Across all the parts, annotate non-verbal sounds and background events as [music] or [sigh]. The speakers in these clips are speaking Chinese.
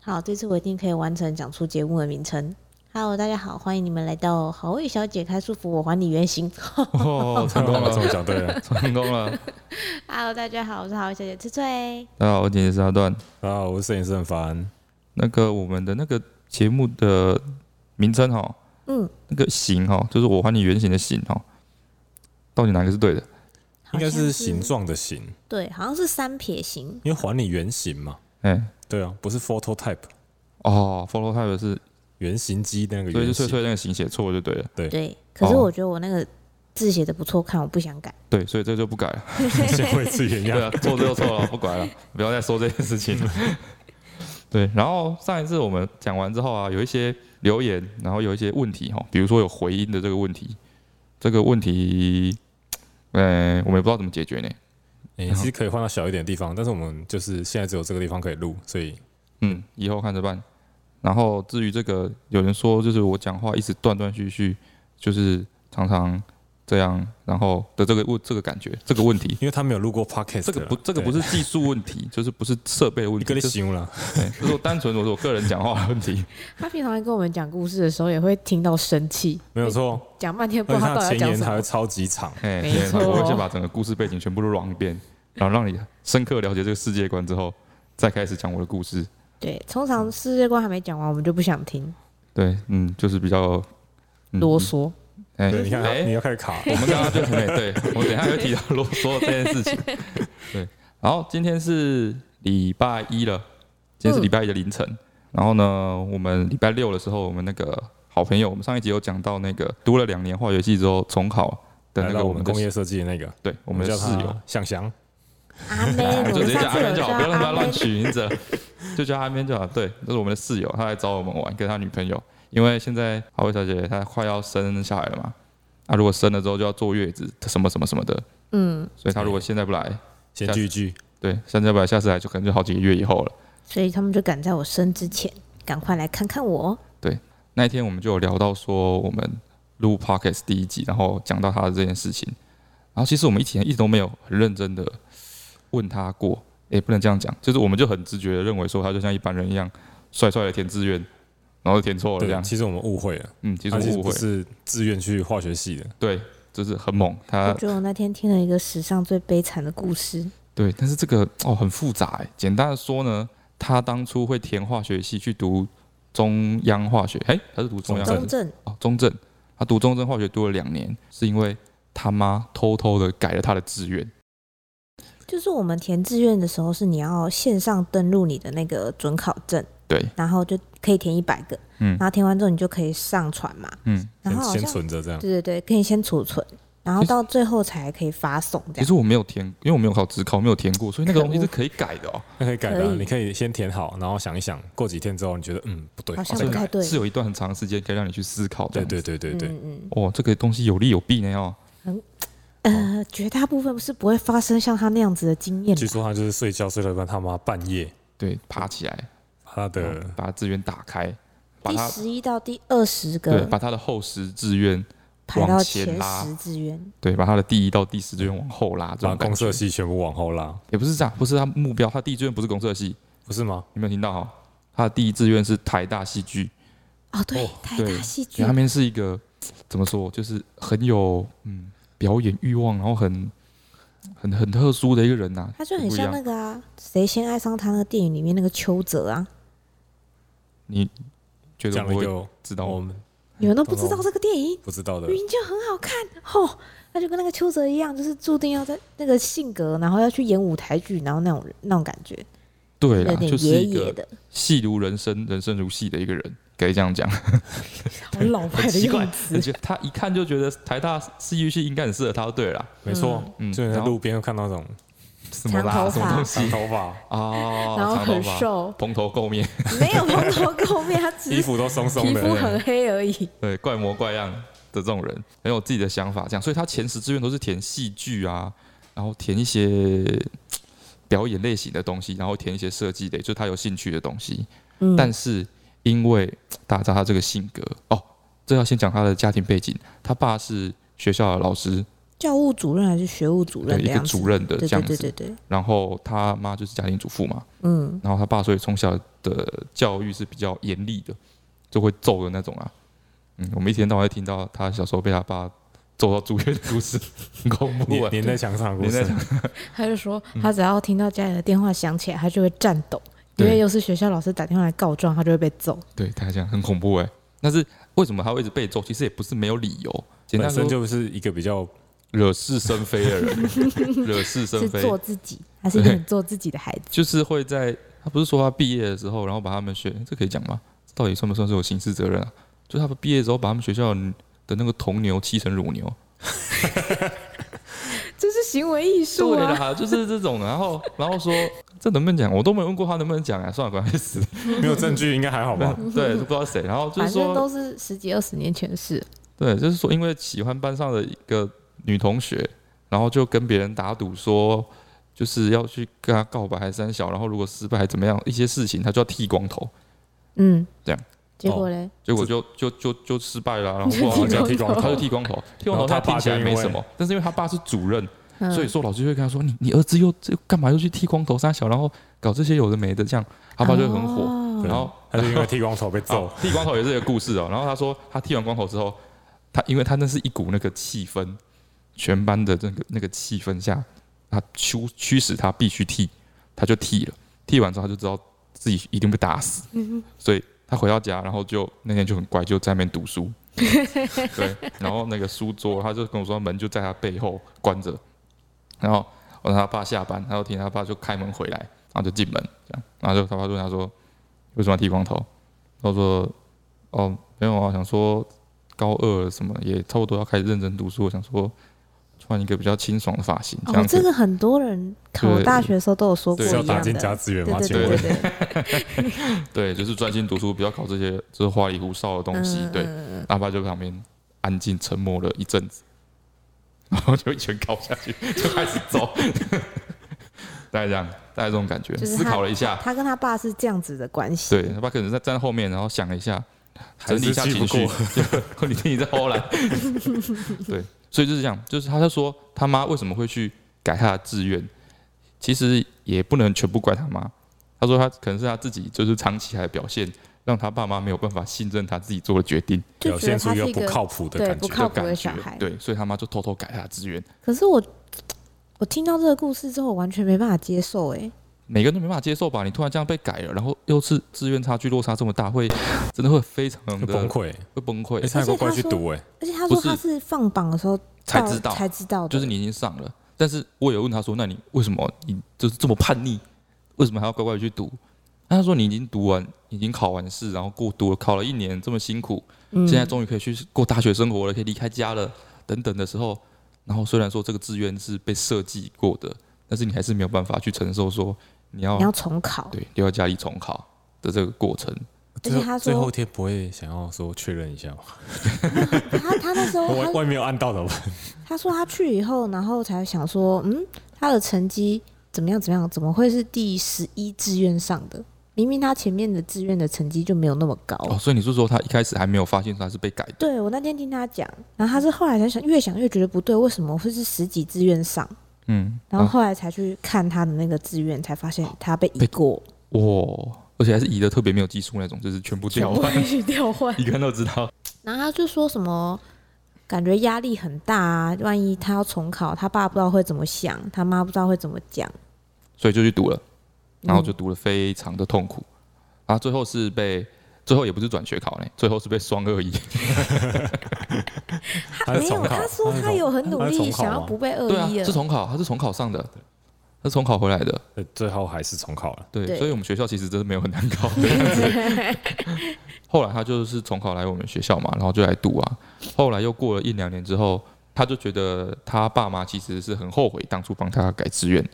好，这次我一定可以完成讲出节目的名称。Hello，大家好，欢迎你们来到好味小姐开束缚，我还你原形。 [laughs] [laughs] 哦，成功了，这么讲对了。成功了。 Hello，大家好，我是好味小姐翠翠。大家好，我今天是阿段。啊，我是摄影师很烦，那个我们的那个节目的名称哈，嗯，那个形哈，就是我还你原形的形哈，到底哪个是对的？应该好像是形状的形，对，好像是三撇形。因为还你原形嘛。哎、对啊，不是 phototype 哦，follow type 是，原型机那个所以就原翠型。翠那个形写错就对了。对，可是哦我觉得我那个字写的不错看，我不想改。对，所以这就不改了。先维持原对啊样。， [laughs] 错就错了，不管了，不要再说这件事情了。对，然后上一次我们讲完之后啊，有一些留言，然后有一些问题哈，比如说有回音的这个问题，这个问题，呃，我们也不知道怎么解决呢。啊你哎其实可以换到小一点的地方，但是我们就是现在只有这个地方可以录，所以嗯，以后看着办。然后至于这个，有人说就是我讲话一直断断续续，就是常常这样，然后的这个问这个感觉，这个问题，因为他没有录过 podcast，这个不啦这个不是技术问题，就是不是设备问对你题，就跟你是形容了，对就是我单纯我是我个人讲话的问题。他平常在跟我们讲故事的时候，也会听到生气，没有错。讲半天不而知且道他他到底前要讲言什还么会。超 [laughs] 级长，哎，没对错我会先把整个故事背景全部都 run 一遍，然后让你深刻了解这个世界观之后，再开始讲我的故事。对，通常世界观还没讲完，我们就不想听，对，嗯，就是比较、嗯啰。嗦。哎，对，你看他哎你要开始卡，我们刚刚就很美，对我等一下会提到啰嗦这件事情。对，然后今天是礼拜一了，今天是礼拜一的凌晨。然后呢，我们礼拜六的时候，我们那个好朋友，我们上一集有讲到那个读了两年化学系之后重考的来那到个我我们们的工业设计的那个，对我我们的叫室友他，想翔，阿妹，我 [laughs] 就们直接叫上阿次有边就叫好，不要让他阿乱妹，取名字了， [laughs] 就叫阿边就好。对，这是我们的室友，他来找我们玩，跟他女朋友，因为现在阿慧小姐她快要生小孩了嘛，她如果生了之后就要坐月子，什么什么什么的，嗯，所以她如果现在不来，先下次聚一聚。对，现在不来，下次来就可能就好几个月以后了。所以他们就赶在我生之前，赶快来看看我。哦那一天我们就有聊到说我们录 podcast 第一集，然后讲到他的这件事情，然后其实我们以前一直都没有很认真的问他过，也不能这样讲，就是我们就很直觉的认为说他就像一般人一样，帅帅的填志愿，然后就填错哦了这对，样，其实我们误会了，嗯，其实他我误不会，是自愿去化学系的，对，就是很猛，我他觉得我那天听了一个史上最悲惨的故事。对，但是这个哦很复杂哎，简单的说呢，他当初会填化学系去读中央化学，哎，他是读中央还中正是中正，哦，中正，他读中正化学读了两年，是因为他妈偷偷的改了他的志愿。就是我们填志愿的时候，是你要线上登录你的那个准考证，对，然后就可以填一百个，嗯然后填完之后你就可以上传嘛。嗯。然后好先像先存着这样。对对对，可以先储存，然后其实到最后才可以发送这其样。实我没有填，因为我没有考职考，没有填过，所以那个东西是可以改的哦。那 [laughs] 可以改的可啊，以你可以先填好，然后想一想，过几天之后你觉得嗯不对，好像再不太改。对是有一段很长的时间可以让你去思考的。对对对对对，嗯嗯，哦，这个东西有利有弊呢哦。呃，绝大部分是不会发生像他那样子的经验据的。说他就是睡觉睡到一半，他妈半夜对，爬起来，哦把他的把他志愿打开，把第他十一到第二十对，个把他的后十志愿，排到往前前拉十志愿，对，把他的第一到第十志愿往后拉，这把种感公觉社系全部往后拉，也不是这样，不是他目标，他第一志愿不是公社系，不是吗？你没有听到哈？他的第一志愿是台大戏剧，哦，对哦，台对大戏剧因为他，们是一个怎么说，就是很有嗯表演欲望，然后很很很特殊的一个人呐、他就很不一像样那个啊，谁先爱上他那个电影里面那个邱泽啊，你觉得讲了我一会个知道我吗？们你们都不懂哦知道懂这个电影，不知道的明，明就很好看哦。他就跟那个邱泽一样，就是注定要在那个性格，然后要去演舞台剧，然后那种人那种感觉，对啦有，点就是野一野个的，戏如人生，人生如戏的一个人，可以这样讲。 [laughs] 好老派的奇怪样而子。且他一看就觉得台大戏剧系应该很适合他，就对了啦。没错，嗯就你在然后路边会看到那种什么长头啦？什么发东长西 [laughs] 头发，啊？然后长头很发，瘦，蓬头垢面，没有蓬头垢面，他 [laughs] 只衣是服都松松皮肤的，很黑而已。对，怪模怪样的这种人，很有自己的想法，这样，所以他前十志愿都是填戏剧啊，然后填一些嘖表演类型的东西，然后填一些设计类，就是他有兴趣的东西。嗯但是因为嘖大家知道他这个性格哦，这要先讲他的家庭背景，他爸是学校的老师，教务主任还是学务主任的对一个样子，主任的对这对样对子。对对，然后他妈就是家庭主妇嘛，嗯，然后他爸所以从小的教育是比较严厉的，就会揍的那种啊。嗯，我们一天到晚会听到他小时候被他爸揍到住院的故事，很恐怖粘啊。粘在墙上的故事，粘在他就说嗯他只要听到家里的电话响起来，他就会颤抖，因对为又是学校老师打电话来告状，他就会被揍。对他讲很恐怖哎、但是为什么他会一直被揍？其实也不是没有理由，简本单说身就是一个比较惹是生非的人， [laughs] 惹是生是非，做自己，他是一个很做自己的孩子。就是会在他不是说他毕业的时候，然后把他们学这可以讲吗？到底算不算是有刑事责任啊？就是他们毕业之后把他们学校的那个铜牛漆成乳牛， [laughs] 这是行为艺术对啊！啦，就是这种，然后然后说这能不能讲？我都没有问过他能不能讲啊，算了，管他去死，没有证据，应该还好嗯吧？ [laughs] 对，就不知道谁，然后就反是正说都是十几二十年前的事，对，就是说因为喜欢班上的一个女同学，然后就跟别人打赌说。就是要去跟她告白还是三小，然后如果失败怎么样，一些事情他就要剃光头，嗯，这样，结果嘞，结果就就就就失败了啊、然后就不好 [laughs] 剃光讲剃光头他就剃光头，剃光头然后他他听爸起来就因为没什么，但是因为他爸是主任，嗯哦所以说老师就会跟他说：“你你儿子又这干嘛又去剃光头杀小，然后搞这些有的没的，这样他爸就会很火。哦然后他就因为剃光头被揍啊，剃光头也是一个故事哦。然后他说他剃完光头之后，他因为他那是一股那个气氛，全班的那个那个气氛下，他驱驱使他必须剃，他就剃了。剃完之后他就知道自己一定被打死，嗯所以他回到家，然后就那天就很乖，就在那边读书。对，然后那个书桌，他就跟我说门就在他背后关着，然后我让他爸下班，然后听他爸就开门回来，然后就进门这样，然后就他爸就问他说为什么要剃光头？他说哦没有啊，想说高二了什么也差不多要开始认真读书，我想说换一个比较清爽的发型这哦，样这子。个很多人考对大学的时候都有说过对一是要样打的，进对家资源吗？对请对问对对， [laughs] 对，就是专心读书，不要搞这些就是花里胡哨的东西。嗯对，嗯阿爸就在旁边安静沉默了一阵子，然后就一拳搞下去，就开始走。 [laughs] 大概这样，大概这种感觉。就是他思考了一下，他跟他爸是这样子的关系，对他爸可能在站在后面，然后想了一下，整理真一是下气情不绪过， [laughs] 就你自己在后来。 [laughs] 对，所以就是这样，就是他就说他妈为什么会去改他的志愿，其实也不能全部怪他妈。他说他可能是他自己就是长期来的表现，让他爸妈没有办法信任他自己做的决定，就表觉得现出他一是个一不个靠谱的对感不觉。靠的谱感的觉小孩。对，所以他妈就偷偷改他的志愿。可是我我听到这个故事之后，我完全没办法接受、欸，每个人都没办法接受吧？你突然这样被改了，然后又是志愿差距落差这么大，会真的会非常会的崩溃，会崩哎，溃，他还乖乖去读，哎，而且他说不是他是放榜的时候才知道才知道的，就是你已经上了。但是我有问他说，那你为什么你就是这么叛逆？为什么还要乖乖去读？那他说你已经读完，已经考完试，然后过读了考了一年这么辛苦，嗯现在终于可以去过大学生活了，可以离开家了，等等的时候，然后虽然说这个志愿是被设计过的，但是你还是没有办法去承受说你要你要重考，对留在家里重考的这个过程。而且他说最后一天不会想要说确认一下吗？他他那时候外他外面有按到的吧？他说他去以后，然后才想说，嗯，他的成绩怎么样怎么样，怎么会是第十一志愿上的？明明他前面的志愿的成绩就没有那么高。哦，所以你是说他一开始还没有发现他是被改的？对我那天听他讲，然后他是后来才想，越想越觉得不对，为什么会是十几志愿上？嗯，然后后来才去看他的那个志愿，才发现他被移过，哇、而且还是移的特别没有技术那种，就是全部 [laughs] 调换，去调换。一看都知道。然后他就说什么，感觉压力很大啊，万一他要重考，他爸不知道会怎么想，他妈不知道会怎么讲。所以就去读了，然后就读了非常的痛苦，然后最后是被最后也不是转学考呢，最后是被双二一，他没有，他说他有很努力想要不被恶对啊意，是了。重考，他是重考上的，他是重考回来的，呃最后还是重考了。对，对所以我们学校其实真的没有很难考的样子。后来他就是重考来我们学校嘛，然后就来读啊，后来又过了一两年之后。他就觉得他爸妈其实是很后悔当初帮他改志愿的，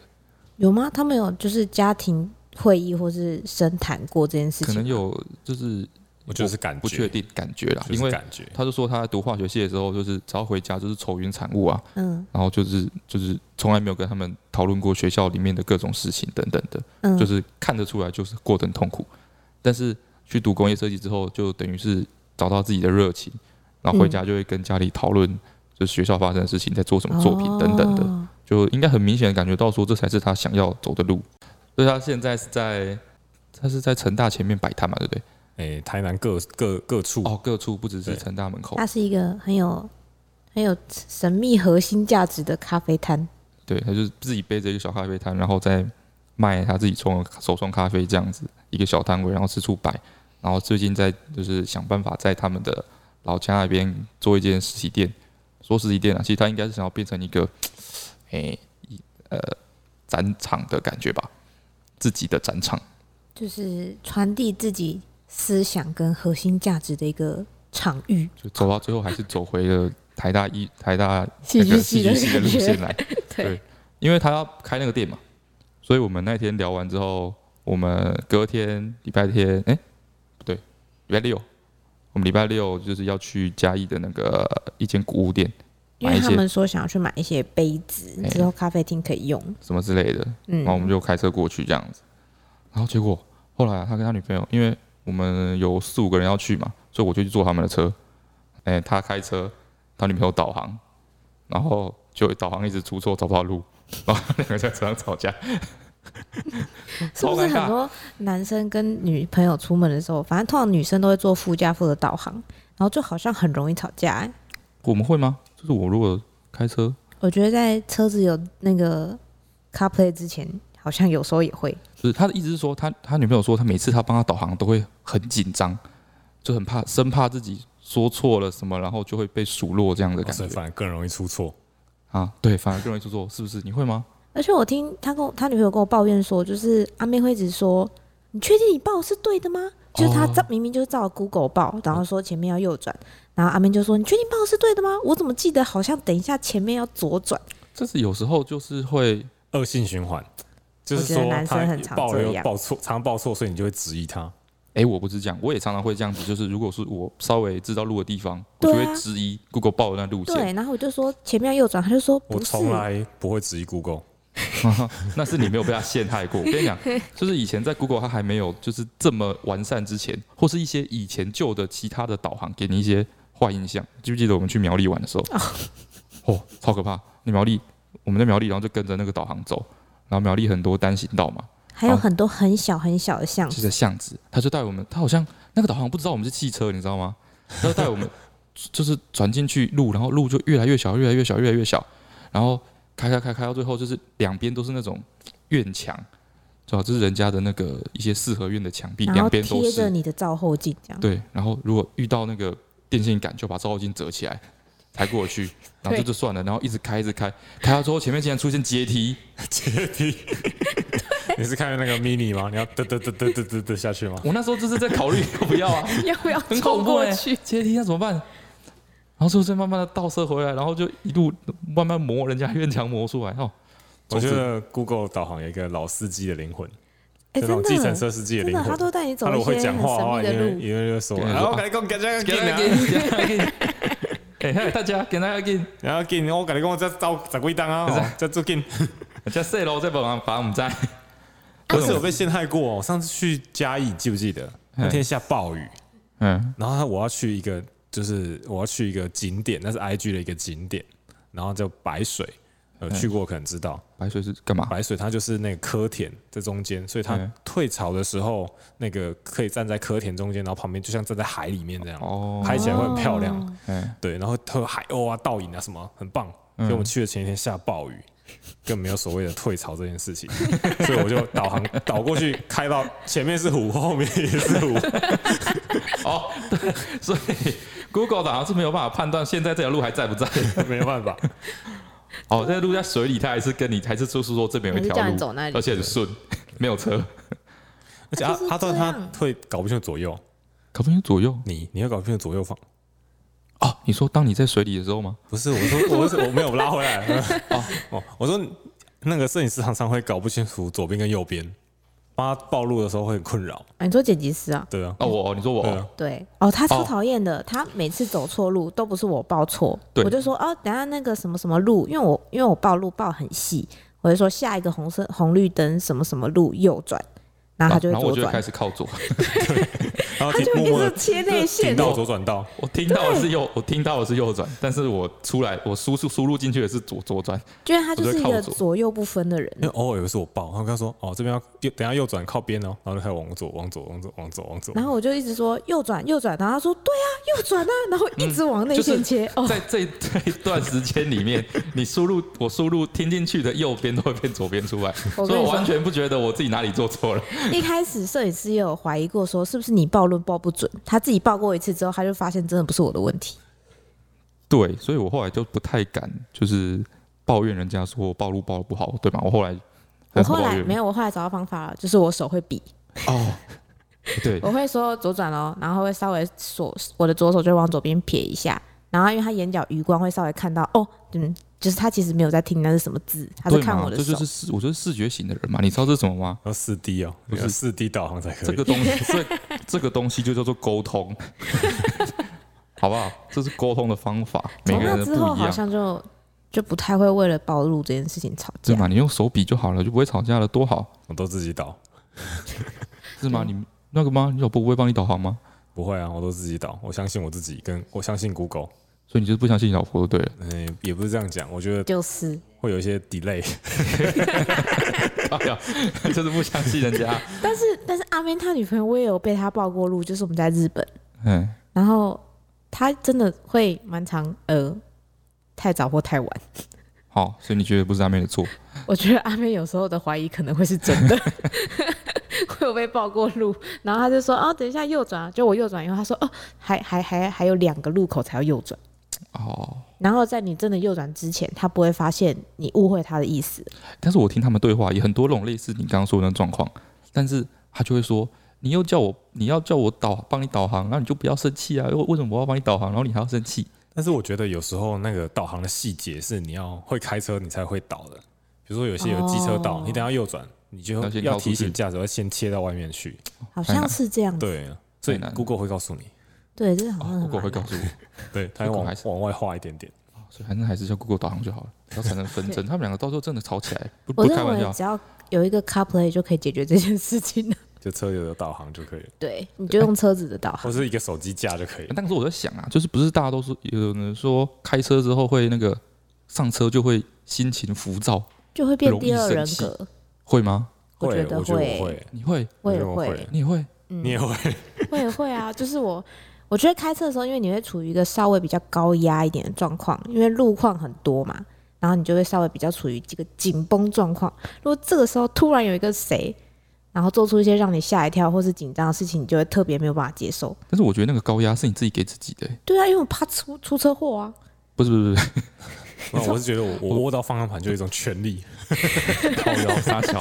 有吗？他们有就是家庭会议或是深谈过这件事可情能吗？有就是我就是感觉，不确，定感觉啦，就因是为感觉。他就说他在读化学系的时候，就是只要回家就是愁云惨雾啊，嗯然后就是就是从来没有跟他们讨论过学校里面的各种事情等等的，嗯，就是看得出来就是过得很痛苦。但是去读工业设计之后，就等于是找到自己的热情，然后回家就会跟家里讨论，就就是学校发生的事情，在做什么作品等等的，哦就应该很明显地感觉到说这才是他想要走的路。所以他现在是在他是在成大前面摆摊嘛，对不对？哎，台南各各各处，嗯哦，各处不只是对成大门口，它是一个很有很有神秘核心价值的咖啡摊。对，他就是自己背着一个小咖啡摊，然后再卖他自己冲的手冲咖啡这样子一个小摊位，然后四处摆，然后最近在就是想办法在他们的老家那边做一间实体店，说实体店啊，其实他应该是想要变成一个，诶、一呃展场的感觉吧，自己的展场，就是传递自己思想跟核心价值的一个场域，就走到最后还是走回了台大 [laughs] 一台大戏那剧个系戏的剧系的感路线觉。来，对，因为他要开那个店嘛，所以我们那天聊完之后，我们隔天礼拜天，哎、不对，礼拜六，我们礼拜六就是要去嘉义的那个一间古物店，因买为一些他们说想要去买一些杯子，哎之后咖啡厅可以用。什么之类的，嗯然后我们就开车过去这样子，然后结果后来他跟他女朋友，因为我们有四五个人要去嘛，所以我就去坐他们的车，哎、他开车，他女朋友导航，然后就导航一直出错，找不到路， [laughs] 然后两个在车上吵架。是不是很多男生跟女朋友出门的时候，反正通常女生都会坐副驾负责导航，然后就好像很容易吵架、欸。我们会吗？就是我如果开车，我觉得在车子有那个 CarPlay 之前，好像有时候也会。就是他的意思是说，他他女朋友说，他每次他帮他导航都会很紧张，就很怕，生怕自己说错了什么，然后就会被数落这样的哦感所觉以、反而更容易出错。啊。对，反而更容易出错，是不是？你会吗？而且我听他跟我他女朋友跟我抱怨说，就是阿妹会一直说：“你确定你报是对的吗？”就是哦他照、明明就是照 Google 报，然后说前面要右转，然后阿妹就说：“你确定报是对的吗？我怎么记得好像等一下前面要左转这是有时候就是会，恶性循环，就是我觉说得男生很常他报了这又样报错，常报错，所以你就会质疑他。哎，我不是这样，我也常常会这样子，就是如果是我稍微知道路的地方，我就对啊会质疑 Google 报的那路？”线，对，然后我就说前面要右转，他就说我不是，从来不会质疑 Google， [laughs] 那是你没有被他陷 [laughs] 害过。我跟你讲，就是以前在 Google 它还没有就是这么完善之前，或是一些以前旧的其他的导航给你一些坏印象。记不记得我们去苗栗玩的时候？ [laughs] 哦，超可怕！那苗栗，我们在苗栗，然后就跟着那个导航走，然后苗栗很多单行道嘛，还有很多很小很小的巷就子，是巷子，他就带我们，他好像那个导航不知道我们是汽车，你知道吗？他就带我们就是转进去路，然后路就越来越小，越来越小，越来越小，然后开开开开到最后就是两边都是那种院墙，主要就是人家的那个一些四合院的墙壁，然后两边都贴着是你的照后镜这样。对，然后如果遇到那个电线杆，就把照妖镜折起来抬过去，然后这对就算了，然后一直开一直开，开到最后前面竟然出现阶梯，阶梯。你是看那个 mini 吗？你要嘚嘚嘚嘚嘚嘚嘚下去吗？我那时候就是在考虑要不要啊。要不要很恐欸怖哎、阶梯那怎么办？然后最后再慢慢的倒车回来，然后就一路慢慢磨人家院墙磨出来哦。总我之觉得 Google 导航有一个老司机的灵魂，哎、这真种计程的，车司机的真灵的，他魂。都带你走他如一果会些讲很话的神话，秘因的为路。因为就说，跟你说然后啊我跟你讲，跟大啊给他给给 [laughs] 哎，家跟，嗨大家给大家给，然后跟，我跟你讲，我再招十几单啊，哦再做跟。大家睡喽，再把我把我们在。我是有被陷害过、哦，上次去嘉义，记不记得那天下暴雨，嗯，然后我要去一个，就是我要去一个景点，那是 IG 的一个景点，然后叫白水，呃，去过可能知道，白水是干嘛？白水它就是那个科田在中间，所以它嗯退潮的时候，那个可以站在科田中间，然后旁边就像站在海里面这样，哦拍起来会很漂亮。哦哎，对，然后它有海鸥啊、倒影啊什么，很棒。所以我们去的前一天下暴雨，更没有所谓的退潮这件事情， [laughs] 所以我就导航导过去，开到前面是湖，后面也是湖， [laughs] 哦，对，所以 Google 导航是没有办法判断现在这条路还在不在。没有办法。 [laughs] 哦，这条路在水里，它还是跟你还是就是说这边有一条还是叫你走路那，里而且很顺，没有车，而且他就是他都这他样会搞不清楚左右，搞不清楚左右。你你要搞不清楚左右方。哦，你说当你在水里的时候吗？不是，我说我是我没有拉回来。 [laughs] 哦哦，我说那个摄影师常常会搞不清楚左边跟右边，帮他暴露的时候会很困扰。啊你做剪辑师啊？对啊，哦，我哦你说我对哦啊，对，哦，他超哦讨厌的，他每次走错路都不是我报错，对我就说哦，等下那个什么什么路，因为我因为我报路报很细，我就说下一个红啊色红绿灯什么什么路右转，然后他就哦然会后我左就会转，开始靠左，他然后他停就默一默直的切内停线，到左转道，我听到的是右，我听到的是右转，但是我出来我输出输入进去的是左左转，觉得他 [laughs] 就是一我在个靠左左右不分的人因。为偶尔有一次我报，然后跟他说哦这边要右等一下右转靠边哦，然后就开始往左往左往左往左往左，然后我就一直说右转右转，然后他说对啊右转啊，然后一直嗯往内线切。哦，在这这一段时间 [laughs] 里面，你输入我输入听进去的右边都会变左边出来，我所以跟你我说完全不觉得我自己哪里做错了。 [laughs] 一开始摄影师也有怀疑过，说是不是你报论报不准？他自己报过一次之后，他就发现真的不是我的问题。对，所以我后来就不太敢就是抱怨人家说我暴露暴露不好，对吗？我后来我很少后抱来怨没有，我后来找到方法了，就是我手会比，哦，对，我会说左转哦，然后会稍微左我的左手就会往左边撇一下，然后因为他眼角余光会稍微看到哦，嗯，就是他其实没有在听那是什么字， [laughs] 他是对看嘛我，的这手。就是视我就是视觉型的人嘛，你知道这是什么吗？要四 D 哦，不是要四 D 导航才可以。这个东西，这这个东西就叫做沟 [laughs] 通，好不好？这是沟通的方法，每从个人那的之不后一好样。像就就不太会为了暴露这件事情吵是架。吗？你用手比就好了，就不会吵架了，多好，我都自己导，是嗯吗？你那个吗？你老婆不会帮你导航吗？不会啊，我都自己导，我相信我自己，跟我相信 Google。所以你就是不相信你老婆就对了。 [laughs] 嗯、也不是这样讲，我觉得就是会有一些 delay。 [laughs] 哎呀， [laughs] 就是不相信人 [laughs] 家。但是但是阿边他女朋友我也有被他暴过路，就是我们在日本，嗯，然后他真的会蛮常呃太早或太晚。好，所以你觉得不是阿妹的错？ [laughs] 我觉得阿妹有时候的怀疑可能会是真的， [laughs] 会有被报过路，然后他就说哦，等一下右转啊，就我右转以后，他说哦，还还还还有两个路口才要右转，哦，然后在你真的右转之前，他不会发现你误会他的意思，但是我听他们对话也很多那种类似你刚刚说的那状况，但是他就会说，你又叫我，你要叫我导帮你导航，那你就不要生气啊，为为什么我要帮你导航，然后你还要生气？但是我觉得有时候那个导航的细节是你要会开车你才会导的，比如说有些有机车道，哦你等一下右转，你就要先要靠出提醒去驾驶要先切到外面去。好像是这样子，对，啊所以太难了 Google 会告诉你，对，这好像很哦，Google 会麻告烦诉我，对，它会 Google 往还是往外画一点点。所以反正还是叫 Google 导航就好了，然后才能纷争。他们两个到时候真的吵起来，不我不开认玩笑为。只要有一个 CarPlay 就可以解决这件事情了，就车友的导航就可以了，对，你就用车子的导 [laughs] 或航，是一个手机架就可 [laughs] 以了。但是我在想啊，就是不是大家都说有人说开车之后会那个上车就会心情浮躁，就会变容易第二生人气格，会吗？我觉会，得我觉得会我会，你会？我也觉得我会。你也会？嗯你也会，我也会啊，就是我，我觉得开车的时候，因为你会处于一个稍微比较高压一点的状况，因为路况很多嘛，然后你就会稍微比较处于这个紧绷状况。如果这个时候突然有一个谁，然后做出一些让你吓一跳或是紧张的事情，你就会特别没有办法接受。但是我觉得那个高压是你自己给自己的、欸对啊，因为我怕出出车祸啊。不是不是不是，那我是觉得我我握到方向盘就有一种权利， [laughs] 靠腰撒桥，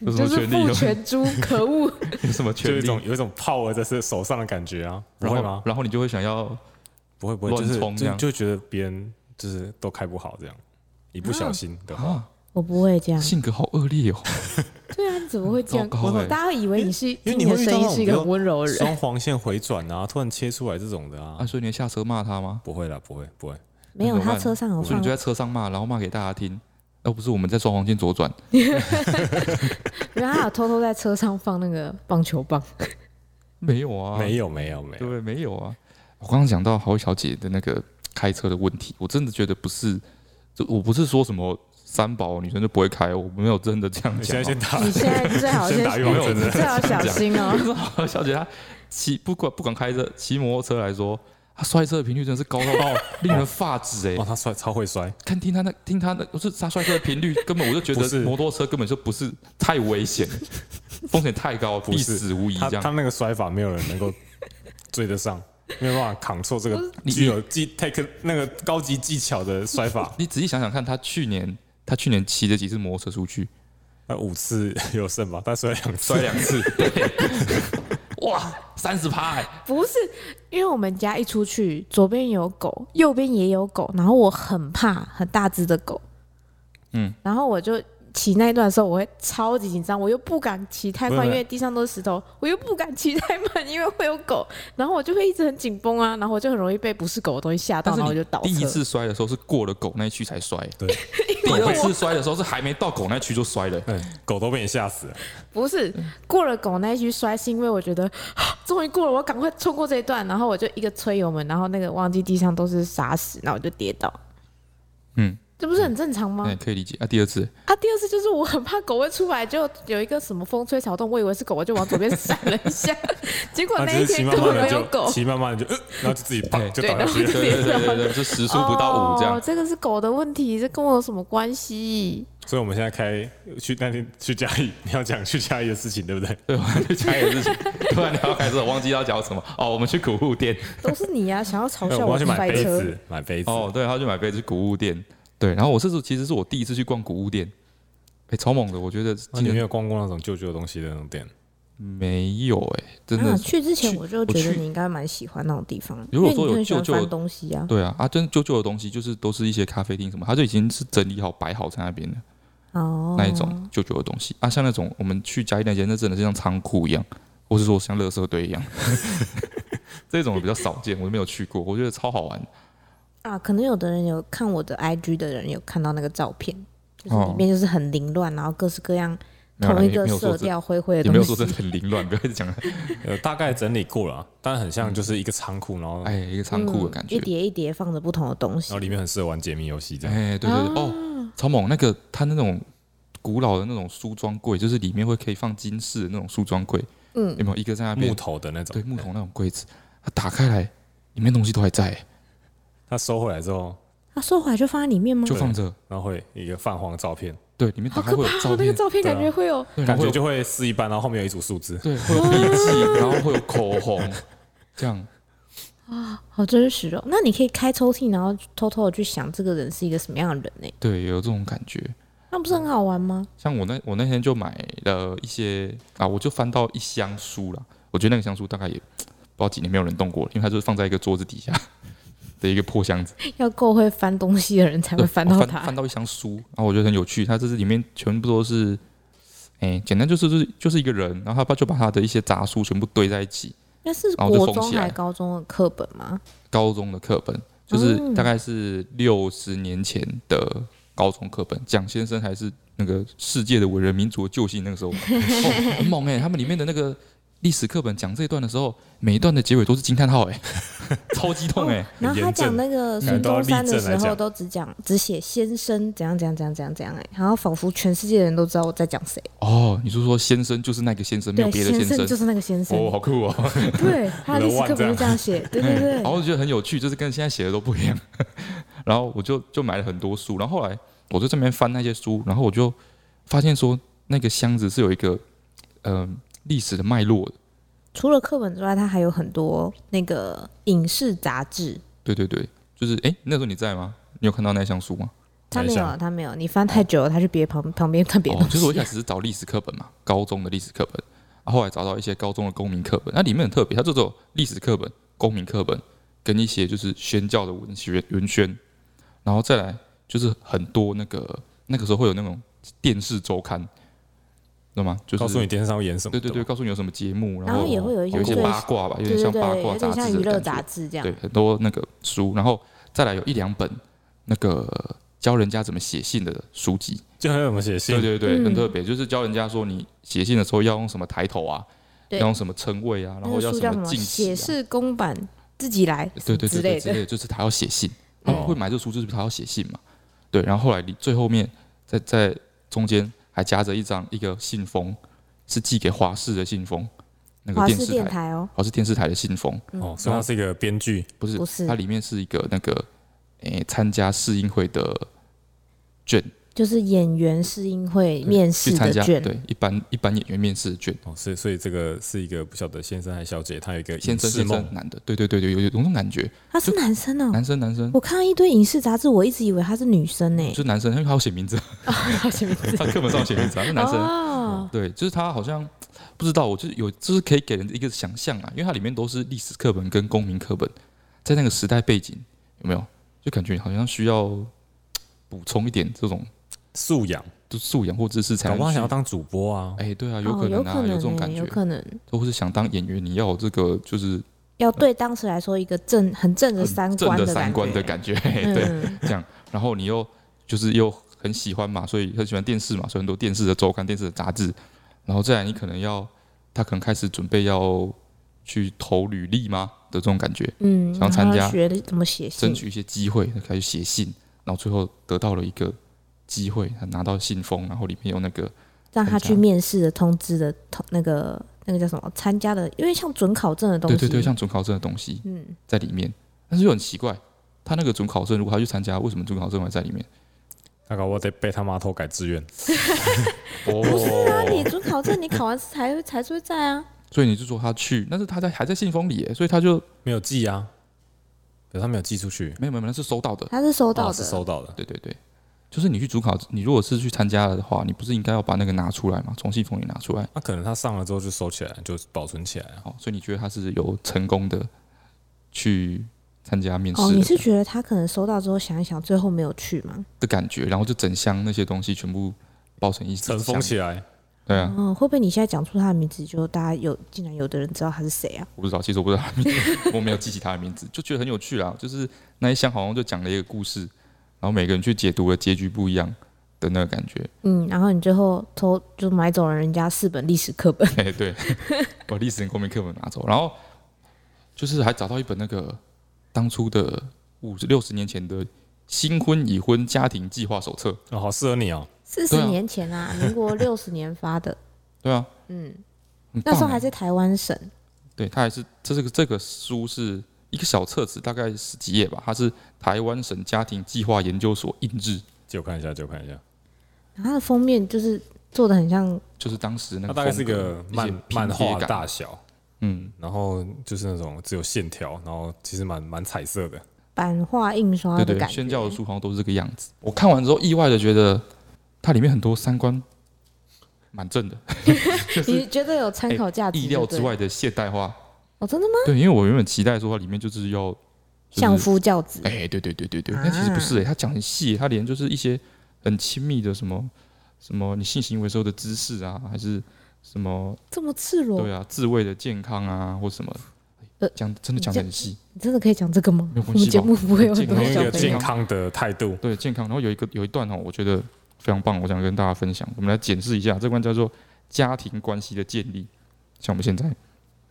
有什就么是权利？啊父有权猪，可恶！有什么就权有一利？种有一种 power 在是手上的感觉啊，不然会后吗？然后你就会想要，不会不会，乱就是冲这就样就觉得别人就是都开不好这样，一不小心的 [laughs] 话，啊我不会这样。性格好恶劣哦。对啊，你怎么会这样？糟糕我欸大家会以为你是因为听你的会遇到声那音种是一比个较很温柔的人，双黄线回转啊，突然切出来这种的啊，啊，所以你的下车骂他吗？不会啦，不会不会，没有那怎么他办车上有所以放你就在车上骂，然后骂给大家听。哦，不是，我们在双黄线左转。原来他有偷偷在车上放那个棒球棒，没有啊，没有没有没对有，不对？没有啊。我刚刚讲到郝小姐的那个开车的问题，我真的觉得不是，就我不是说什么三宝女生就不会开，我没有真的这样你现讲在先啊。[laughs] 打，你现在最好先先打预防针最好小心哦、就是郝小姐她骑不管不管开车骑摩托车来说，她摔车的频率真的是高到爆，令人发指 [laughs] 哎、 [laughs] 哦，他摔超会摔，看听她那听她那，就是她摔车的频率，根本我就觉不是得摩托车根本就不是太危 [laughs] 险，风险太高，不必是死无疑他这他样。那个摔法没有人能够追得上， [laughs] 没有办法扛错这个你，具有技 take 那个高级技巧的摔法 [laughs] 你仔细想想看，她去年她去年骑了几次摩托车出去？那五次有胜吧，但摔两次摔，两次，哇，三十趴哎，不是，因为我们家一出去，左边有狗，右边也有狗，然后我很怕很大只的狗，嗯，然后我就骑那一段的时候，我会超级紧张，我又不敢骑太不快，是因为地上都是石头，我又不敢骑太慢，因为会有狗，然后我就会一直很紧绷啊，然后我就很容易被不是狗的东西吓到，但是然后我你就倒车。第一次摔的时候是过了狗那一区才摔， [laughs] 对，第二次摔的时候是还没到狗那区就摔了，哎，狗都被你吓死了，不是过了狗那一区摔，是因为我觉得 [gasps] 啊终于过了，我赶快冲过这一段，然后我就一个催油门，然后那个忘记地上都是沙石，然后我就跌倒。嗯，这不是很正常吗？那也可以理解啊。第二次，啊，第二次就是我很怕狗会出来，就有一个什么风吹草动，我以为是狗，我就往左边闪了一 [laughs] 下，结果它那一只是骑天慢根慢本的没有就狗。骑慢慢的就，呃然后就自己对砰就对然倒下去了后。对对对对对，就时速不到五这哦样，，这个是狗的问题，这跟我有什么关系？ [laughs] 所以我们现在开去那天去嘉义，你要讲去嘉义的事情，对不对？对，我还在家里的事情，突然聊开始，我忘记要讲什么哦，我们去古物店，都是你呀、想要嘲哎笑我要去买摔杯车。子，买杯子。哦，对，他去买杯子古物店，对，然后我这次其实是我第一次去逛古物店，哎，超猛的，我觉得那今啊你没年有逛过那种旧旧的东西的那种店？没有哎、真的啊，，去之前我就觉我得去你应该蛮喜欢那种地方，如果因为说你有很喜欢舅舅翻东西啊。对啊，啊，真旧旧的东西就是都是一些咖啡厅什么，它就已经是整理好摆好在那边的哦，那一种旧旧的东西啊，像那种我们去嘉义那间，那真的是像仓库一样，或是说像垃圾堆一样， [laughs] 这种比较少见，我没有去过，我觉得超好玩。啊，可能有的人有看我的 IG 的人有看到那个照片，就是哦里面就是很凌乱，然后各式各样没有啦同一也个没有说色这调灰灰的也没有东说西真。的很凌乱，不要一直 [laughs] 讲了，呃，大概整理过了啊，但很像就是一个仓库，然后然哎，一个仓库的感嗯觉一。叠一叠放着不同的东西后。里面很适合玩解谜游戏这样。哎，对对对，啊哦，超猛！那个它那种古老的那种梳妆柜，就是里面会可以放金饰的那种梳妆柜，嗯，有没有？一个在那边木头的那种，对木头那种柜子，它打开来，里面东西都还在，它收回来之后，他收啊回来就放在里面吗？就放着。然后会一个泛黄的照片，对，里面打好开可会怕有照哦！那个片，照片对啊感觉会有对，然感后会觉有就会撕一半，然后后面有一组数字，对，会有笔记， [laughs] 然后会有口红，这样好真实哦。那你可以开抽屉，然后偷偷的去想这个人是一个什么样的人呢？对，有这种感觉。那不是很好玩吗？像我那我那天就买了一些啊，我就翻到一箱书啦。我觉得那个箱书大概也不知道几年没有人动过了，因为它就是放在一个桌子底下的一个破箱子，要够会翻东西的人才会对翻我到嗯哦翻它。到一箱书，然后我觉得很有趣。它这是里面全部都是，哎、简单就是就是就是一个人，然后他把就把他的一些杂书全部堆在一起。那是然后就国缝中起来还高中的课本吗？高中的课本，就是嗯大概是六十年前的高中课本，蒋先生还是那个世界的伟人民族的救星，那个 [laughs] 时候、哦、很猛哎、他们里面的那个历史课本讲这一段的时候，每一段的结尾都是惊叹号哎、 [laughs] 超激动哎、然后他讲那个孙中山的时嗯候，都只讲只写先生怎样怎样怎样怎样怎样，哎，然后仿佛全世界的人都知道我在讲谁。哦，你是说先生就是那个先生，没有对，别的先生就是那个先生。哦，好酷 [laughs] 哦！对，他的历史课本就这样写。 [laughs] 嗯对对对然。后我就觉得很有趣，就是跟现在写的都不一样。 [laughs] 然后我就就买了很多书，然后后来我就这边翻那些书，然后我就发现说那个箱子是有一个呃历史的脉络的。除了课本之外，它还有很多那个影视杂志。对对对，就是诶，那时候你在吗？你有看到那箱书吗？他哪一没有啊，项他没有。你翻太久了，他去别旁旁边看别的哦，东西。就是我一开始是找历史课本嘛，高中的历史课本，啊、后来找到一些高中的公民课本，那里面很特别，它就只有历史课本、公民课本跟一些就是宣教的文学文宣，然后再来就是很多那个那个时候会有那种电视周刊，懂吗？就是告诉你电视上会演什么。对对对，吧，告诉你有什么节目，然后后也会有一有些一些最八卦吧，[laughs] 有对点对像对，八卦有杂点像志娱乐的感杂觉，志这样对，。很多那个书，然后再来有一两本那个教人家怎么写信的书籍。就很有我们写信，对对对，嗯很特别，就是教人家说你写信的时候要用什么抬头啊，对要用什么称谓啊，然那后个要书叫什什么？敬写词啊，是公版，自己来，对对之对类的对之。类的，就是他要写信，他嗯们会买这书就是他要写信嘛，对，然后后来你最后面在在中间还夹着一张一个信封，是寄给华视的信封，那个华电视视电台。台哦，华视电视台的信封，哦，所以他是一个编剧，不是，不是它里面是一个那个，诶、参加试映会的卷，就是演员试映会面去试参的加，卷。对，一般一般演员面试的卷，哦，所以所以这个是一个不晓得先生还是小姐，他有一个先影生视先嗯梦生，男的，对对对对，有有有种感觉，他是男生哦，男生男生我看到一堆影视杂志，我一直以为他是女生欸呢。就是男生，因为他有写名字， [laughs] 什么 [laughs] 意思他课本上有写名字，他啊是男生。哦，对，就是他好像不知道，我就是有，就是可以给人一个想象啊，因为它里面都是历史课本跟公民课本，在那个时代背景有没有，就感觉好像需要补充一点这种素养，就素养或知识才搞能不好想要去。当主播啊，哎，对啊，有哦可能有啊，可有这种能感欸，觉有，可能。或是想当演员，你要有这个就是要对当时来说一个正很正的三嗯正观的感三观的觉。 [laughs] 感觉，嘿对，嗯，这样，然后你又就是又很喜欢嘛，所以很喜欢电视嘛，所以很多电视的周刊、电视的杂志，然后再来你可能要他可能开始准备要去投履历吗的这种感觉，嗯，想要参加然后学怎么写信争，取一些机会，他开始写信，然后最后得到了一个机会，他拿到信封，然后里面有那个让他参加去面试的通知的通那个那个叫什么参加的，因为像准考证的东对西，对对，像准考证的东西嗯，在里面，但是又很奇怪，他那个准考证如果他去参加，为什么准考证还在里面？那个我得被他妈偷改志愿，不是啊，哦你准考证你考完才 [laughs] 会才是会在啊，所以你就说他去，但是他在还在信封里耶，所以他就没有寄啊，可是他没有寄出去，没有没有，没有那是收到的。他是收哦到是的，收到的，对对对，就是你去主考，你如果是去参加了的话，你不是应该要把那个拿出来吗？从信封里拿出来。那可能他上了之后就收起来，就保存起来啊。好，所以你觉得他是有成功的去参加面试哦，你是的觉得他可能收到之后想一想，最后没有去吗？的感觉，然后就整箱那些东西全部包成一尘箱封起来，对啊，哦，会不会你现在讲出他的名字，就大家有竟然有的人知道他是谁啊？我不知道，其实我不知道他的名字， [laughs] 我没有记起他的名字，就觉得很有趣啦。就是那一箱好像就讲了一个故事，然后每个人去解读的结局不一样的那个感觉。嗯，然后你最后偷就买走了人家四本历史课本， [laughs] [laughs] 哎、对，把历史跟公民课本拿走，然后就是还找到一本那个当初的五十六十年前的新婚已婚家庭计划手册，哦，好适合你哦。四对十啊年前啊，民国六十年发 [laughs] 的，对啊，嗯，很那时候棒还欸在台湾省，对，它还是这这个这个书是一个小册子，大概十几页吧，它是台湾省家庭计划研究所印制，借我看一下，借我看一下，然后它的封面就是做的很像，就是当时那它个大概是一风格个一些漫拼漫贴画感大小，嗯，然后就是那种只有线条，然后其实蛮蛮彩色的。版画印刷对的对，感觉。宣教的书好像都是这个样子。我看完之后意外的觉得，它里面很多三观蛮正的。你觉得有参考价值？哎意料之。外的现代化。哦，真的吗？对，因为我原本期待说它里面就是要就是相夫啊教子。哎、对对对对对，但其实不是哎、他讲很细、他连就是一些很亲密的什么什么你性行为时候的姿势啊，还是什么这么赤裸对，啊，自慰的健康啊，或什么呃，讲真的讲得很细，你真的可以讲这个吗？没有我关们系吧节目不会有很健多康用一小个朋健友。康的态度，对健康。然后有一个有一段哦，我觉得非常棒，我想跟大家分享。我们来检视一下，这关叫做家庭关系的建立。像我们现在，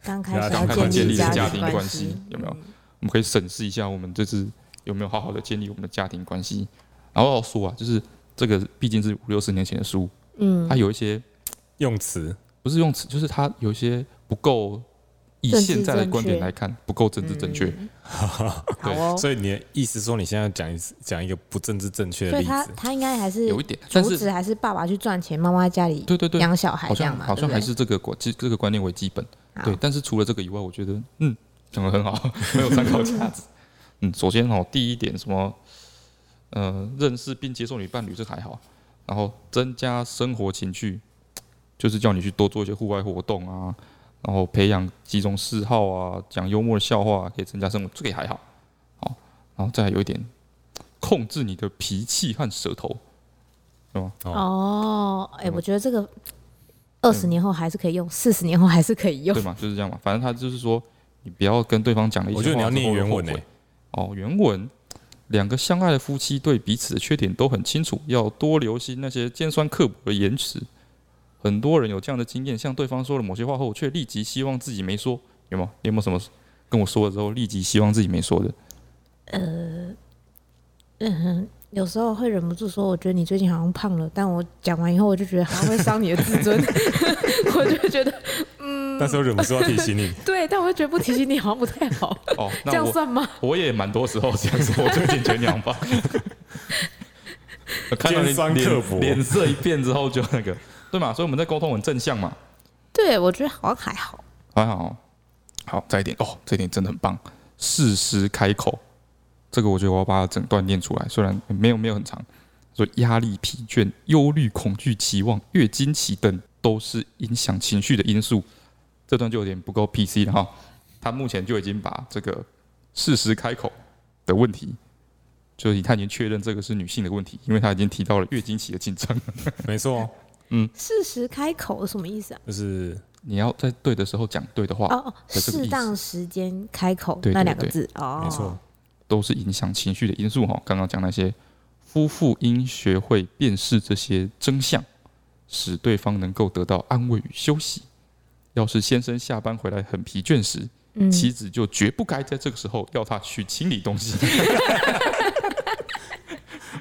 刚开始刚要开始建立立家庭庭关系系，有没有我们可以审视一下，我们这次有没有好好的建立我们的家庭关系。然后要说啊，就是这个毕竟是五六十年前的书，嗯？它嗯，有一些用词不是用词，就是它有一些不够以政治现在的正观点确来看不够政治正确。嗯好哦。所以你的意思说，你现在讲一次讲一个不政治正确的所以例他子，他应该还是有一点，但阻是止还是爸爸去赚钱，妈妈在家里对对对，养小孩好这样像嘛？好像对不对还是这个观这这个观念为基本。好对，但是除了这个以外，我觉得嗯讲的很好， [laughs] 很有参考价值。 [laughs] 嗯，首先哦，第一点什么，呃，认识并接受你伴侣这还好，然后增加生活情趣，就是叫你去多做一些户外活动啊，然后培养几种嗜好啊，讲幽默的笑话、啊、可以增加生活，这个也还好。好，然后再来有一点，控制你的脾气和舌头。哦，嗯哎，我觉得这个二十年后还是可以用，四十年后还是可以用对。嘛，就是这样嘛。反正他就是说，你不要跟对方讲了一我些觉得你话要之念后原后文欸悔诶哦，原文，两个相爱的夫妻对彼此的缺点都很清楚，要多留心那些尖酸刻薄的言辞。很多人有这样的经验，向对方说了某些话后，却立即希望自己没说，有吗？你有没有什么跟我说了之后，立即希望自己没说的？有时候会忍不住说，我觉得你最近好像胖了，但我讲完以后，我就 [laughs] 觉得好像会伤你的自尊， [laughs] 我就觉得但是我忍不住要提醒你，对，但我又觉得不提醒你好像不太好，哦，这 [laughs] 那样我算吗？我也蛮多时候这样说，我最近觉得娘 [laughs] 吧。我 [laughs] 看到你尖酸刻薄脸脸色一变之后就那个，对嘛？所以我们在沟通很正向嘛。对，我觉得好像还好。还好，好，再一点哦，这一点真的很棒，适时开口，这个我觉得我要把它整段念出来，虽然嗯没有没有很长，说压力、疲倦、忧虑、恐惧、期望、月经期等都是影响情绪的因素，这段就有点不够 PC 了哈，他目前就已经把这个适时开口的问题。就是他已经确认这个是女性的问题，因为他已经提到了月经期的紧张。没错， [laughs] 嗯适时开口是什么意思啊？就是你要在对的时候讲对的话，哦哦，对这个意思适当时间开口对对那两个字哦，没错，都是影响情绪的因素哈。刚刚讲那些夫妇应学会辨识这些真相，使对方能够得到安慰与休息。要是先生下班回来很疲倦时，嗯，妻子就绝不该在这个时候要他去清理东 [laughs] 西。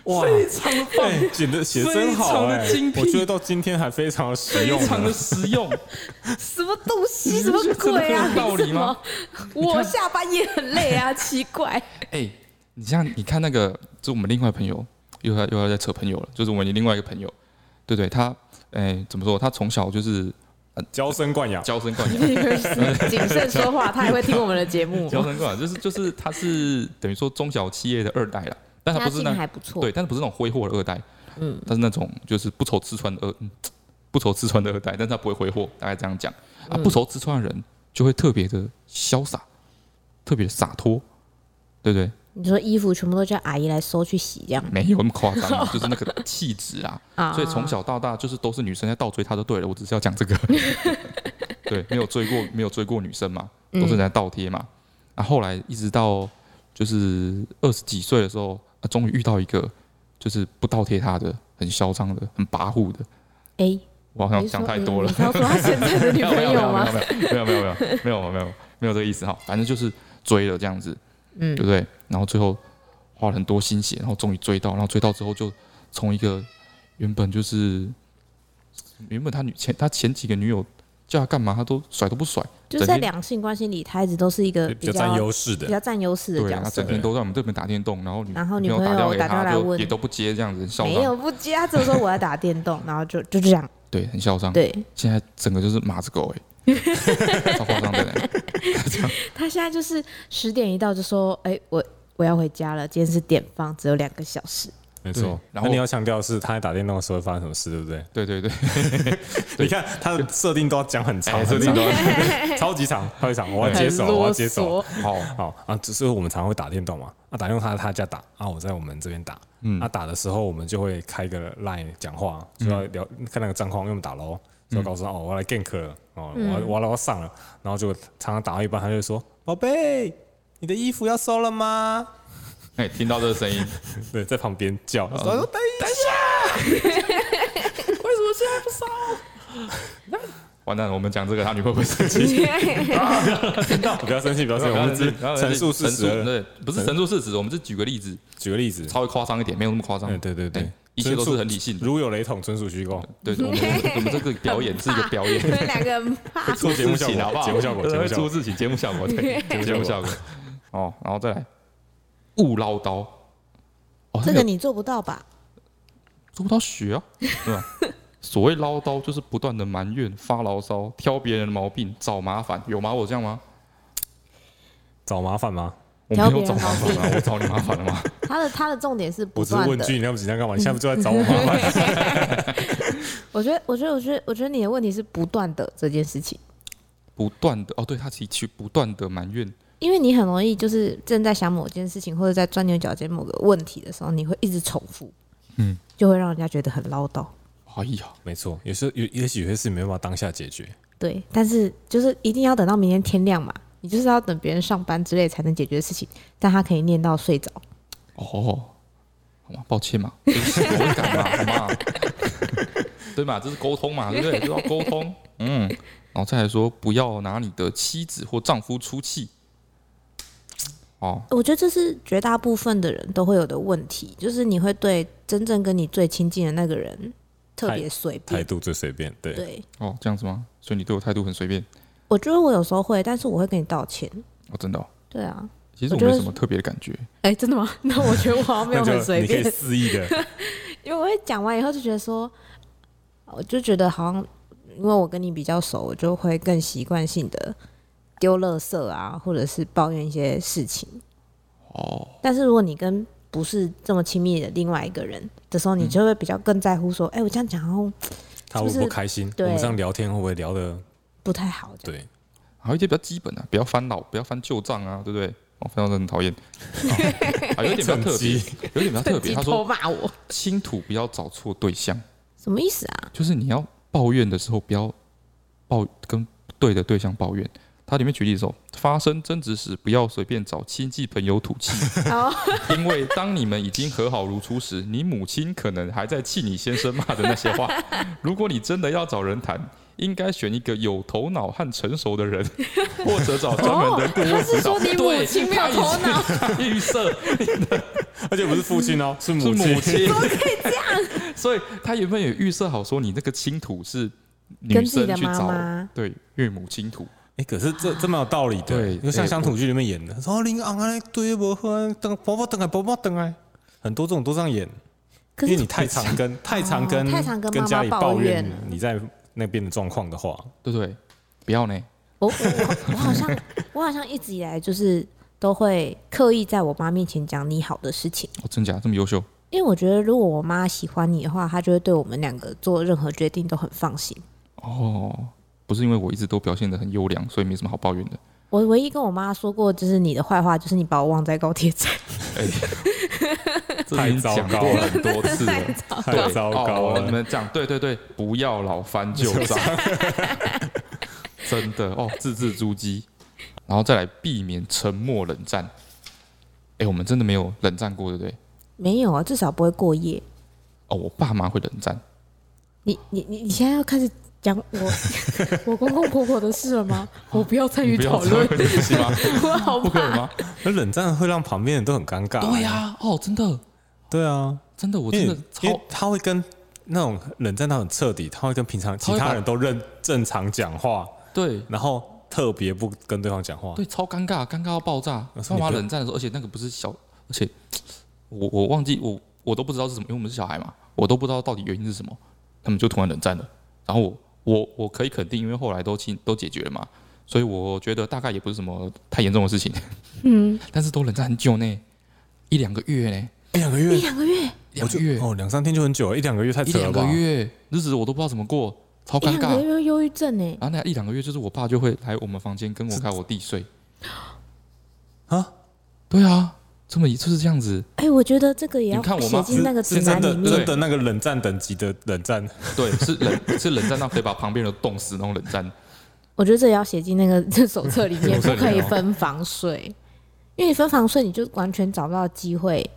哇，非常棒，写的哎写真好非常哎、的精辟我觉得到今天还非常的实用呢，实用，什么东西？ [laughs] 你什不么觉得真的鬼啊？很有道理吗什么？你我看下班也很累 [laughs] 啊，奇怪。哎、你像你看那个，就我们另外朋友又要又要在扯朋友了，就是我们另外一个朋友，对对，他哎、怎么说？他从小就是娇生惯养，娇生惯 [laughs] 养，谨慎说话，他也会听我们的节 [laughs] [laughs] 目。娇生惯养就是就是他是等于说中小企业的二代了，但他家不是境那还不错，对，但是不是那种挥霍的二代，嗯他是那种就是不愁吃穿的二，嗯不愁吃穿的二代，但是他不会挥霍，大概这样讲啊，嗯不愁吃穿的人就会特别的潇洒，特别的洒脱，对不对？你说衣服全部都叫阿姨来收去洗这样没有那么夸张啊，就是那个气质啊， [laughs] 啊？所以从小到大就是都是女生在倒追他就对了，我只是要讲这个。 [laughs] 对，没有追过，没有追过女生嘛，都嗯是人在倒贴嘛。啊，后来一直到就是二十几岁的时候，啊，终于遇到一个就是不倒贴他的，很嚣张的，很跋扈的。哎，我好像你是想说嗯哦太你多了你。是要说他现在的女朋友吗？ [laughs] 没有没有没有没有没有没有没有没有没有这个意思哈，反正就是追了这样子，嗯对不对？然后最后花了很多心血，然后终于追到，然后追到之后就从一个原本就是原本他女前他前几个女友叫他干嘛，他都甩都不甩，就是在两性关系里，他一直都是一个比较较占优势比的，较占优势的对啊，角他色整。天都在我们这边打电动，然后女然后女女朋友朋友给打电话他来就问也都不接，这样子很嚣没张，有不接，他只有说我在打电动，然后就就这样。对，很嚣张，对现在整个就是马子狗 [laughs] 哎、欸，超夸张的、欸，他现在就是十点一到就说，哎，我我要回家了，今天是点放，只有两个小 [laughs] 时。没对错。然然后后你要强调的是，他在打电动的时候会发生什么事，对不对？对 [laughs] 对对，对你看他的设定都要讲很长，哎设定都要 [laughs] 超级长，超级长，我要接手，很我要啰接手嗦。，好，好啊，只是我们常会打电动嘛，啊，打电动他在他家打，啊，我在我们这边打，嗯啊，打的时候我们就会开个 line 讲话，就要聊看那个战况，因为我们打喽，就告诉他哦，我要来 gank 了，哦，嗯我要我要我要上了，然后就常常打到一半，他就会说，宝贝，你的衣服要收了吗？哎、听到这个声音，对，在旁边叫，他说等一下，为什么现在不收？完蛋了，我们讲这个他女朋友会生气。不要生气，不要生气，我们只陈述事实而已。对，不是陈述事实，我们是举个例子，举个例子，稍微夸张一点，没有那么夸张。嗯，对对对哎，一切都是很理性的。如有雷同，纯属虚构。对，我们 [laughs] 我们这个表演是一个表演，你们两个很怕会出节目效好不果，好？节目效果，节目效出果。事情，节目效果，对， [laughs] 节目效果。哦，然后再来，勿唠叨。[laughs] 哦，这个你做不到吧？做不到 [laughs] 学啊，对吧？所谓唠叨，就是不断的埋怨、发牢骚、挑别人的毛病、找麻烦，有吗？我这样吗？找麻烦吗？我没有找麻烦啊，我找你麻烦了吗？他的他的重点是不我只是断问的。句，你那么紧张干 [laughs] 嘛？你现在不就在找我麻烦？我觉得，我觉得，我觉得，我觉得你的问题是不断的这件事情，不断的哦，对他提起不断的埋怨，因为你很容易就是正在想某件事情，或者在钻牛角尖某个问题的时候，你会一直重复，嗯，就会让人家觉得很唠叨。哎呀，没错，有时候有，也许有些事情没办法当下解决。对，但是就是一定要等到明天天亮嘛，你就是要等别人上班之类才能解决的事情，但他可以念到睡着。哦，好嘛，抱歉嘛，就是我会感嘛，好嘛，对嘛，这是沟通嘛，对不对？就要沟通，嗯，然后再来说，不要拿你的妻子或丈夫出气。哦，我觉得这是绝大部分的人都会有的问题，就是你会对真正跟你最亲近的那个人特别随态便。度最随便，对，对，哦，这样子吗？所以你对我态度很随便，我觉得我有时候会，但是我会跟你道歉。哦，真的、哦。对啊，其实我我觉没得什么特别的感觉，哎、真 [laughs] 的吗？那我觉得我好像没那有就很随你可以便，肆意 [laughs] 的，因为我会讲完以后就觉得说，我就觉得好像因为我跟你比较熟，我就会更习惯性的丢垃圾啊，或者是抱怨一些事情。哦，但是如果你跟不是这么亲密的另外一个人的时候，嗯你就会比较更在乎说，哎、我这样讲好像他会不会不开心？我对们这样聊天会不会聊的？不太好。这样对，还有一些比较基本的、不要翻老，不要翻旧账啊，对不对？哦，翻到真的很讨厌。哦还有一点比较特别，趁有一点比较 [laughs] 特别，趁机他偷说骂我。倾吐不要找错对象。什么意思啊？就是你要抱怨的时候，不要抱跟对的对象抱怨，它里面举例说，发生争执时不要随便找亲戚朋友吐气，哦， [laughs] 因为当你们已经和好如初时，你母亲可能还在气你先生骂的那些 [laughs] 话。如果你真的要找人谈，应该选一个有头脑和成熟的 [laughs] 人，或者找专哦门的顾他问是辅导。哦说你母亲没有头脑，对， [laughs] 预设而且不是父亲哦， [laughs] 是是母母亲。 [laughs] 亲，怎么可以这样？所以他原本也预设好说，你那个亲土是女跟自己生的去妈找妈对岳母亲土，哎，可是这这蛮有道理的，对因为像乡土剧里面演的，说哦林昂啊，对不喝，等宝宝等啊，宝宝等啊，很多这种都这样演，可因为是你太常 [laughs] 跟哦太常跟太常跟妈妈家里抱怨怨了你在那边的状况的话，对不对？不要呢，我我 [laughs] 我我好像我好像一直以来就是都会刻意在我妈面前讲你好的事情，哦，真假这么优秀，因为我觉得如果我妈喜欢你的话，她就会对我们两个做任何决定都很放心。哦，不是因为我一直都表现得很优良，所以没什么好抱怨的。我唯一跟我妈说过就是你的坏话，就是你把我忘在高铁站。 [laughs] 哎 [laughs] 这已经讲过很多次了， [laughs] 太糟糕哦你了。们讲对对对，不要老翻旧 [laughs] 账，真的哦，字字珠玑，然后再来避免沉默冷战。哎、我们真的没有冷战过，对不对？没有啊，至少不会过夜。哦，我爸妈会冷战，你你你你现在要开始讲我 [laughs] 我公公婆婆的事了吗？我不要参与啊你不要讨这样论，会生气吗？ [laughs] 我好不可以怕。吗？那冷战会让旁边人都很尴尬。对呀、哦，真的，对啊，真的，我因真为的因为超他会跟那种冷战到很彻底，他会跟平常他其会把他人都认正常讲话，对然后特别不跟对方讲话。对，超尴尬，尴尬到爆炸。那是爸呃你妈不冷战的时候，而且那个不是小，而且我我忘记我我都不知道是什么，因为我们是小孩嘛，我都不知道到底原因是什么，他们就突然冷战了。然后我我我可以肯定，因为后来都清都解决了嘛，所以我觉得大概也不是什么太严重的事情。嗯， [laughs] 但是都冷战很久呢，一两个月呢，一两个月一两个月，两我个就月，哦，两三天就很久了，一两个月太一扯了两个吧？月，日子我都不知道怎么过，超一尴两尬个。月忧郁症哎、然后那一两个月，就是我爸就会来我们房间跟我还有我弟睡。啊？对啊，这么一就是这样 [laughs] 子。哎、我觉得这个也要你看我写妈进那个是指真南的里对面。真的那个冷战等级的冷战，对，是冷是冷战到可以把旁边人都冻死那种冷战。我觉得这也要写进那个 [laughs] 这手册里面， [laughs] 手不册里可面以哦分房睡，因为你分房睡，你就完全找不到机会。哦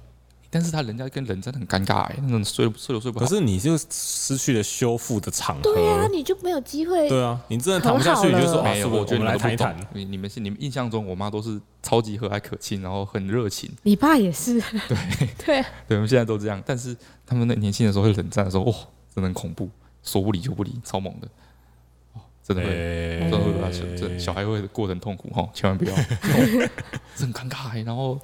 但是他人家跟冷战很尴尬哎、那种睡都睡都睡不可好。是你就失去了修复的场合。对啊，你就没有机会。对啊，你真的躺不下去，你就说很好啊，没是有，不是我觉得你我们来们都谈一不谈懂。。你你们是你们印象中，我妈都是超级和蔼可亲，然后很热情。你爸也是，对对，我们现在都这样。但是他们那年轻的时候会冷战的时候，哇、真的很恐怖，说不理就不理，超猛的。哦，真的会。哎这会把小这小孩会过得很痛苦哈，千万不要， [laughs] 这很尴尬欸、然后，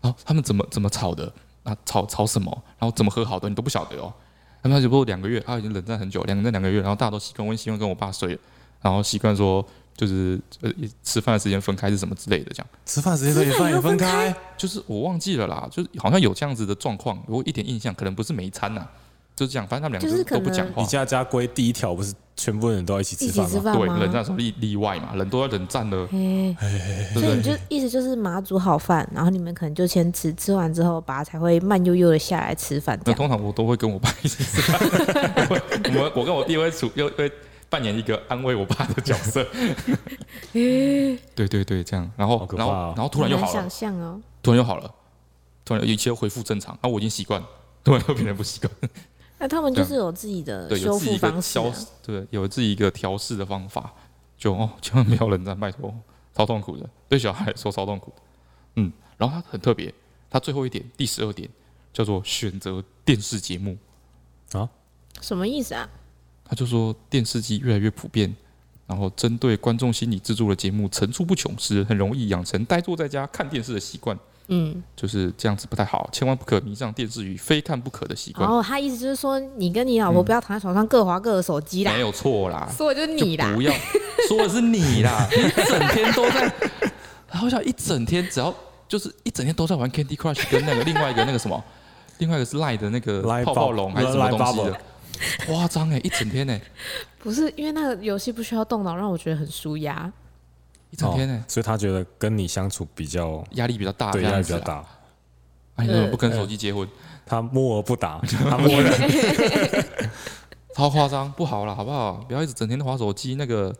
然后他们怎么怎么吵的啊？吵吵什么？然后怎么和好的？你都不晓得哦。他们只不过两个月，他已经冷战很久，两冷战两个月，然后大家都习惯，我也习惯跟我爸睡了，然后习惯说就是呃一吃饭的时间分开是什么之类的，这样吃饭时间和野饭也分开，就是我忘记了啦，就是好像有这样子的状况，我一点印象，可能不是每一餐呐、就是这样，反正他们两就是个可都不讲能话你。家家规第一条不是全部人都要一起一吃起饭吃吗？饭哦对，吗？冷战的时候例例外嘛，人都要冷战了，哎、 [laughs] 对不所以对你？就意思就是妈煮好饭，然后你们可能就先吃，吃完之后爸才会慢悠悠的下来吃饭这那样。通常我都会跟我爸一起 [laughs] 吃饭，我们我跟我弟会处又会扮演一个安慰我爸的角色。 [laughs] 对对对，这样，然后、好可怕然哦后然后突然又很难好了啊想，象哦，突然又好了，突然一切又恢复正常，然后我已经习惯了，突然又变得不习惯，那他们就是有自己的对，有修自己复一方个式、消啊。对，有自己一个调试的方法，就哦，千万不要冷战，拜托，超痛苦的，对小孩来说超痛苦的嗯，然后他很特别，他最后一点第十二点叫做选择电视节目。什么意思啊？他就说电视机越来越普遍，然后针对观众心理制作的节目层出不穷时，很容易养成呆坐在家看电视的习惯，嗯，就是这样子不太好，千万不可迷上电视与非看不可的习然惯。嗯后哦他意思就是说，你跟你老婆不要躺在床上各划各的手机啦没，有错 [laughs] 啦，所以就是就你啦，不要说的是你 [laughs] 啦，你整天都在，好像一整天只要就是一整天都在玩 Candy Crush 跟那个另外一个那个什么， [laughs] 另外一个是赖的那个 Line 泡泡龙 Bubble，还是什么 Line 东西的，夸张哎，一整天哎、不是因为那个游戏不需要动脑，让我觉得很舒压。一整天哎、哦所以他觉得跟你相处比较压力比较大，对这压样力比子较啦大，啊，你怎么不跟手机结婚？他摸而 [laughs] 不答，他摸了，超夸张，不好了，好不好？不要一直整天划手机，那个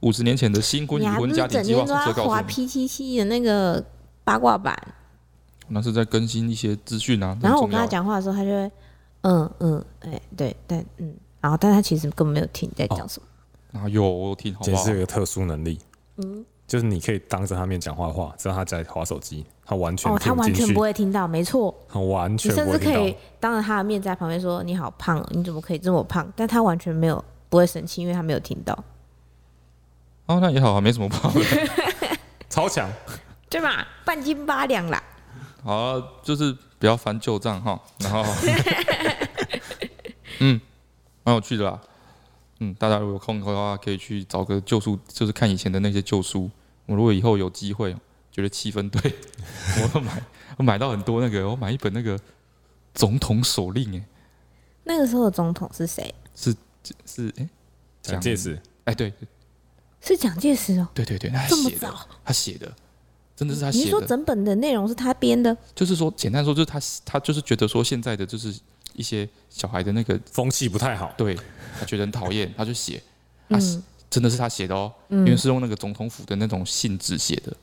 五十年前的新婚你已还不婚是家庭整计划天都手册在告诉滑你， PTT 的那个八卦版，那是在更新一些资讯啊。然后我跟很重要他啊，讲话的时候，他就会嗯嗯，哎、对，但嗯，然后但他其实根本没有听你在讲什么。哪啊有我有听好简不直好是有？一个特殊能力，嗯就是你可以当着他面讲坏话，只要他在划手机，他完全哦，他听不完进全去不，会听到，没错，他完你全甚不至会可听以到。当着他的面在旁边说你好胖哦，你怎么可以这么胖？但他完全没有不会生气，因为他没有听到，哦，那也好啊，没什么 [laughs] 怕的。超强，对吧？半斤八两啦，好啊，就是不要翻旧账哈。然 [laughs] 后，嗯，蛮有趣的啦。嗯，大家如果有空的话，可以去找个旧书，就是看以前的那些旧书。我如果以后有机会，觉得气氛对， [laughs] 我要买，我买到很多那个，我买一本那个《总统手令》哎，那个时候的总统是谁？是哎，蒋介石哎，对是蒋介石哦，对对对，那他这么写的，早？他写的，真的是他你是写说的。整本的内容是他编的？就是说，简单说，就是他他就是觉得说，现在的就是一些小孩的那个风气不太好，对，他觉得很讨厌，他就写，啊，嗯，真的是他写的哦，因为是用那个总统府的那种信纸写的，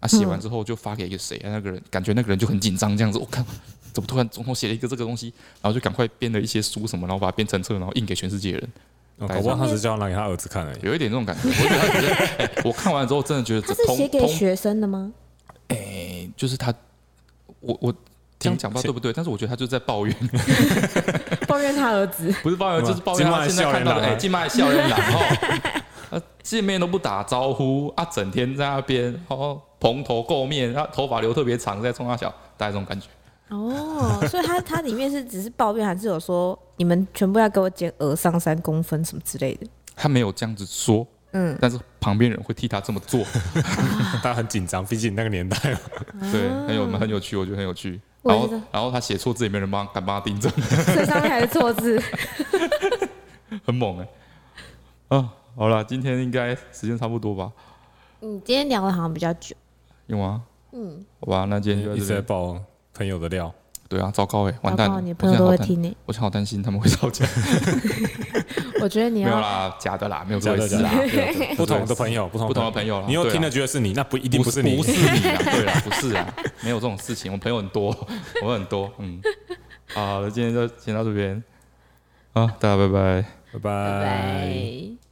啊，写嗯完之后就发给一个谁，啊那个人感觉那个人就很紧张，这样子，我、看怎么突然总统写了一个这个东西，然后就赶快编了一些书什么，然后把它编成册，然后印给全世 [laughs] 界的人，哦搞不好他只是叫他拿给他儿子看而已。有一点这种感觉。我觉得他只是哎我看完之后真的觉得他这是通写给通学生的吗？哎就是他，我我。这样讲不知道对不对，但是我觉得他就是在抱怨，抱怨他儿子，不是抱怨，对吧就是抱怨今他麦现在笑看脸到的，郎啊哎，静脉笑人然后， [laughs] 呃，见面都不打招呼啊，整天在那边哦蓬头垢面，他头发留特别长，在冲他笑，大概这种感觉。哦，所以他他里面是只是抱怨，还是有说你们全部要给我减额上三公分什么之类的？他没有这样子说，嗯，但是旁边人会替他这么做，大家很紧张，毕竟那个 [laughs] 年代嘛，对，很有很有趣，我觉得很有趣。嗯我然也后觉得，然后他写错字也没人帮，敢帮他订正， [laughs] 所以上面还是错字。很猛 [laughs] 哎、哦啊，好了，今天应该时间差不多吧？你今天聊的好像比较久，有吗？嗯，好吧，那今天就一到直这在边。爆朋友的料。对啊，糟糕哎、完蛋搞不好了！你的我朋友现在都好会担，听呢。我现在好担心他们会吵架。我觉得你没有要啦，假的啦，没有这假回的事啊假的啦，对不同的朋友，不同不同的朋友啦你又对啊听了觉得是你，那不一定不不是你不。是你啦，对啦，不是啦，没有这种事情，我朋友很多， [laughs] 我很多，嗯，好了，今天就先到这边，好，大家拜拜。拜拜拜。哎拜。